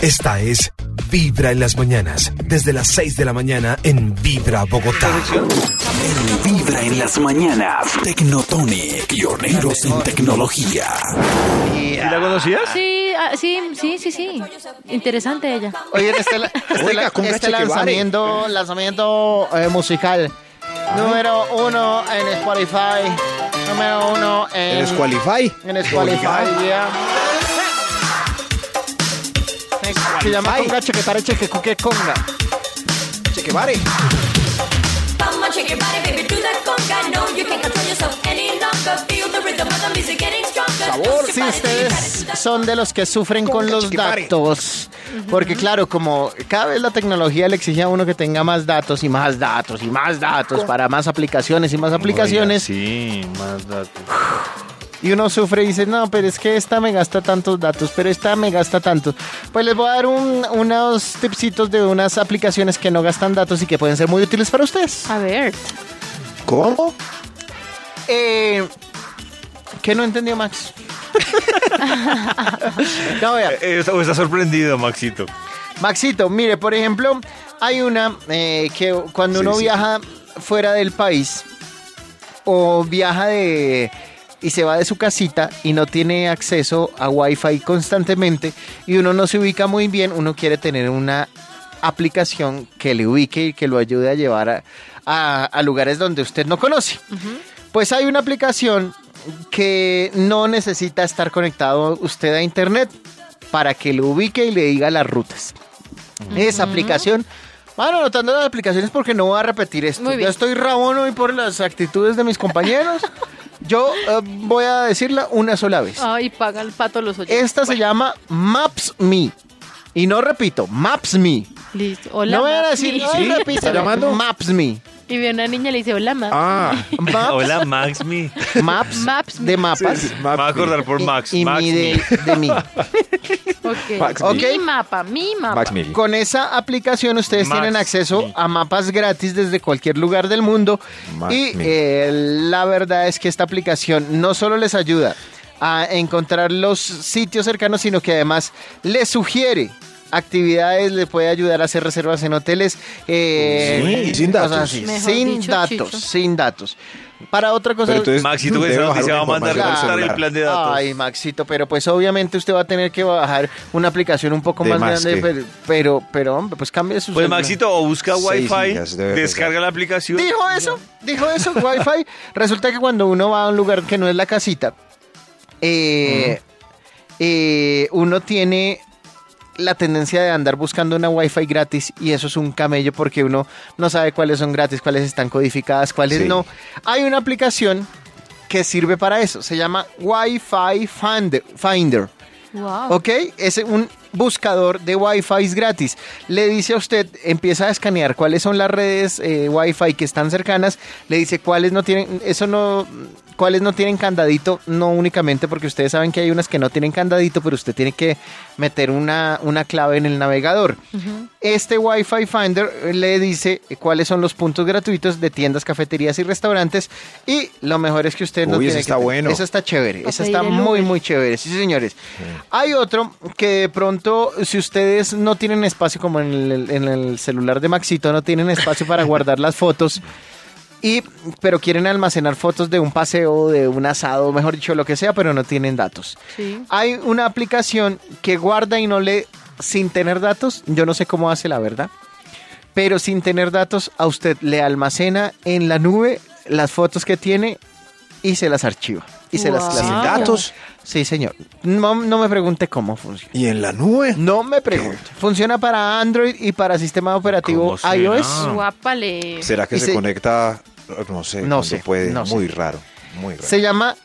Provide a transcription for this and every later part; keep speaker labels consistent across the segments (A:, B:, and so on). A: Esta es Vibra en las mañanas, desde las 6 de la mañana en Vibra Bogotá.
B: En Vibra en las mañanas, Tecnotonic, pioneros en tecnología.
C: ¿Y la conocías?
D: Sí, ah, sí, sí, sí, sí. Interesante ella.
E: Oye, este, este-
C: Oiga, con
E: este
C: Gacha Guevara.
E: lanzamiento, lanzamiento eh, musical. Número uno en Spotify. Número uno en,
C: En Squalify.
E: en Spotify. ya. Se llama Conga Chequetare Chequecuque Conga.
C: Chequevare.
F: Come on, shake your body, baby, do that conga. No, you can't control yourself any longer. Feel the rhythm of the music getting stronger.
E: Por
F: Twist
E: si
F: your body till you
E: ustedes
F: gotta do that
E: son de los que sufren con
C: Conga
E: los
C: Chequetare.
E: datos. Porque claro, como cada vez la tecnología le exige a uno que tenga más datos y más datos y más datos para más aplicaciones y más aplicaciones.
G: sí, más datos.
E: Y uno sufre y dice, no, pero es que esta me gasta tantos datos, pero esta me gasta tantos. Pues les voy a dar un- unos tipsitos de unas aplicaciones que no gastan datos y que pueden ser muy útiles para ustedes.
D: A ver.
C: ¿Cómo?
E: Eh, ¿Qué no entendió Max? no, vea.
G: Eh, está sorprendido, Maxito.
E: Maxito, mire, por ejemplo, hay una eh, que cuando
G: Sí,
E: uno
G: sí.
E: viaja fuera del país o viaja de y se va de su casita y no tiene acceso a Wi-Fi constantemente y uno no se ubica muy bien, uno quiere tener una aplicación que le ubique y que lo ayude a llevar a, a- a lugares donde usted no conoce. Pues hay una aplicación que no necesita estar conectado usted a internet para que lo ubique y le diga las rutas. Esa aplicación. Van anotando las aplicaciones porque no voy a repetir esto.
D: Muy bien.
E: Yo estoy rabón hoy por las actitudes de mis compañeros. Yo eh, voy a decirla una sola vez.
D: Ay, paga el pato los oyentes.
E: Esta se llama Maps Me. Y no repito, Maps Me.
D: Listo. Hola.
E: no me van a
D: Max.
E: decir,
D: Y-
E: no repito,
C: llamando?
E: Maps Me.
D: Y vi una niña y le dice, hola, Max.
C: Ah.
E: Maps,
G: Hola, Maxmi.
E: maps,
D: Maps Me.
E: de mapas.
G: Me va a acordar por Max.
E: Y, y
G: Max
E: mi de,
G: me.
E: de mí.
D: Ok.
C: Max
E: Ok.
D: Mi mapa, mi mapa.
E: Con esa aplicación ustedes
G: Max
E: tienen acceso
G: Me.
E: a mapas gratis desde cualquier lugar del mundo.
C: Max
E: y
C: Me.
E: eh, la verdad es que esta aplicación no solo les ayuda a encontrar los sitios cercanos, sino que además les sugiere actividades, le puede ayudar a hacer reservas en hoteles. eh,
C: Sí, sin
E: cosas
C: datos.
E: así.
D: Mejor
E: Sin
D: dicho,
E: datos,
D: Chicho.
E: sin datos. Para otra cosa...
G: Maxito, con esa noticia va a mandar
E: información al
G: cortar el plan de datos.
E: Ay, Maxito, pero pues obviamente usted va a tener que bajar una aplicación un poco
C: De
E: más,
C: más
E: grande,
C: que-
E: pero, pero, pero, hombre, pues cambie su
G: Pues
E: celular.
G: Maxito, o busca
C: Seis
G: Wi-Fi,
C: gigas debe pesar.
G: descarga la aplicación.
E: Dijo eso, dijo eso, Wi-Fi. Resulta que cuando uno va a un lugar que no es la casita, eh, eh, uno tiene la tendencia de andar buscando una Wi-Fi gratis y eso es un camello porque uno no sabe cuáles son gratis, cuáles están codificadas, cuáles
C: Sí.
E: no. Hay una aplicación que sirve para eso, se llama Wi-Fi Finder. Finder.
D: Wow.
E: ¿Ok? Es un buscador de Wi-Fi gratis. Le dice a usted, empieza a escanear cuáles son las redes eh, Wi-Fi que están cercanas. Le dice cuáles no tienen, eso no, cuáles no tienen candadito, no únicamente porque ustedes saben que hay unas que no tienen candadito, pero usted tiene que meter una, una clave en el navegador. Este Wi-Fi Finder eh, le dice cuáles son los puntos gratuitos de tiendas, cafeterías y restaurantes. Y lo mejor es que usted no
C: Uy,
E: tiene
C: ese
E: que
C: está
E: tener-
C: bueno.
E: Ese está chévere.
D: Para
E: Esa está
D: pedir el
E: muy,
D: Uber.
E: muy chévere. Sí, señores. Hay otro que de pronto, si ustedes no tienen espacio, como en el, en el celular de Maxito, no tienen espacio para guardar las fotos. Y, pero quieren almacenar fotos de un paseo, de un asado, mejor dicho, lo que sea, pero no tienen datos.
D: Sí.
E: Hay una aplicación que guarda y no lee sin tener datos. Yo no sé cómo hace la verdad. Pero sin tener datos, a usted le almacena en la nube las fotos que tiene y se las archiva. Y se las
D: Wow.
E: clasifica.
D: Ah.
C: Datos
E: Sí, señor. No, no me pregunte cómo funciona.
C: y en la nube.
E: No me pregunte. Funciona para Android y para sistema operativo
G: ¿Cómo será?
E: iOS.
D: Guápale.
C: ¿Será que
E: Y
C: se,
E: se-
C: conecta? No sé.
E: No
C: cuando
E: sé,
C: Puede.
E: no sé.
C: muy raro. Muy raro.
E: Se llama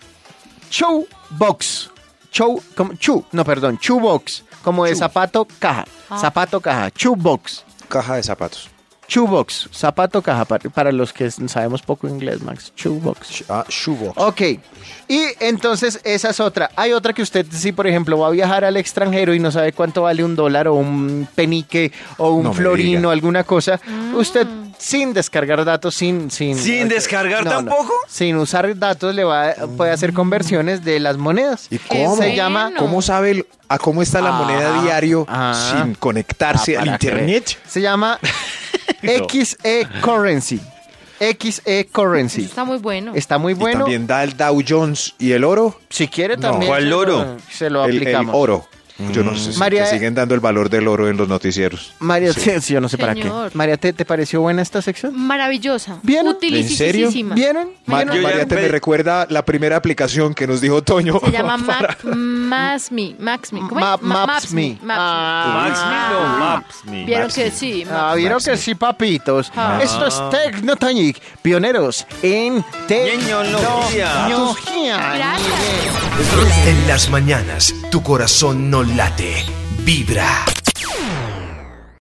E: Showbox. Show, como, chu, no, perdón, Chubox. Como de zapato, caja.
D: Ah.
E: Zapato, caja. Chubox.
C: Caja de zapatos.
E: Shoebox, zapato caja, para, para los que sabemos poco inglés, Max. Shoebox.
C: Ah, Shubo.
E: Ok, y entonces esa es otra. Hay otra que usted, si por ejemplo va a viajar al extranjero y no sabe cuánto vale un dólar o un penique o un
C: No me diga.
D: Ah.
E: florino, alguna cosa, usted sin descargar datos, sin... ¿Sin, eh,
G: ¿Sin descargar tampoco?
E: Sin usar datos le va a- puede hacer conversiones de las monedas.
C: Mm. ¿Y cómo?
E: Se llama...
D: bueno.
C: ¿Cómo sabe el- a cómo está la
E: Ah,
C: moneda diario
E: ah.
C: sin conectarse
E: Ah,
C: al
E: para que
C: internet?
E: ve. Se llama XE Currency. XE Currency.
D: Está muy bueno.
E: Está muy
C: Y
E: bueno.
C: también da el Dow Jones y el oro.
E: Si quiere
C: No.
E: también.
G: ¿Cuál
E: se lo-
G: oro?
E: Se lo
C: el, el
E: aplicamos. Mm.
C: oro. Yo no sé si
E: María-
C: que siguen dando el valor del oro en los noticieros.
E: María, sí, yo no sé para
D: Señor.
E: qué. María, ¿te, te pareció buena esta sección?
D: Maravillosa.
E: ¿Vieron?
D: Utilicísima.
E: ¿Vieron?
C: Ma-
E: ¿Vieron?
G: yo ya-
C: María, te me
G: pedí-
C: recuerda la primera aplicación que nos dijo Toño.
D: Se llama
C: para-
D: Mac, Max Me. Max Me. ¿Cómo es?
E: Ma-
D: Ma-
E: Maps Me.
D: Maps
E: Ah.
G: Max Me o Maps Me.
D: Vieron
C: Maps
D: que
C: Me.
D: sí. Maps
E: Ah, vieron que sí, papitos.
D: Ah.
E: Esto es Tecnotonic, pioneros en
G: Tecnología.
E: tecnología.
D: Gracias.
A: En las mañanas, tu corazón no late, vibra.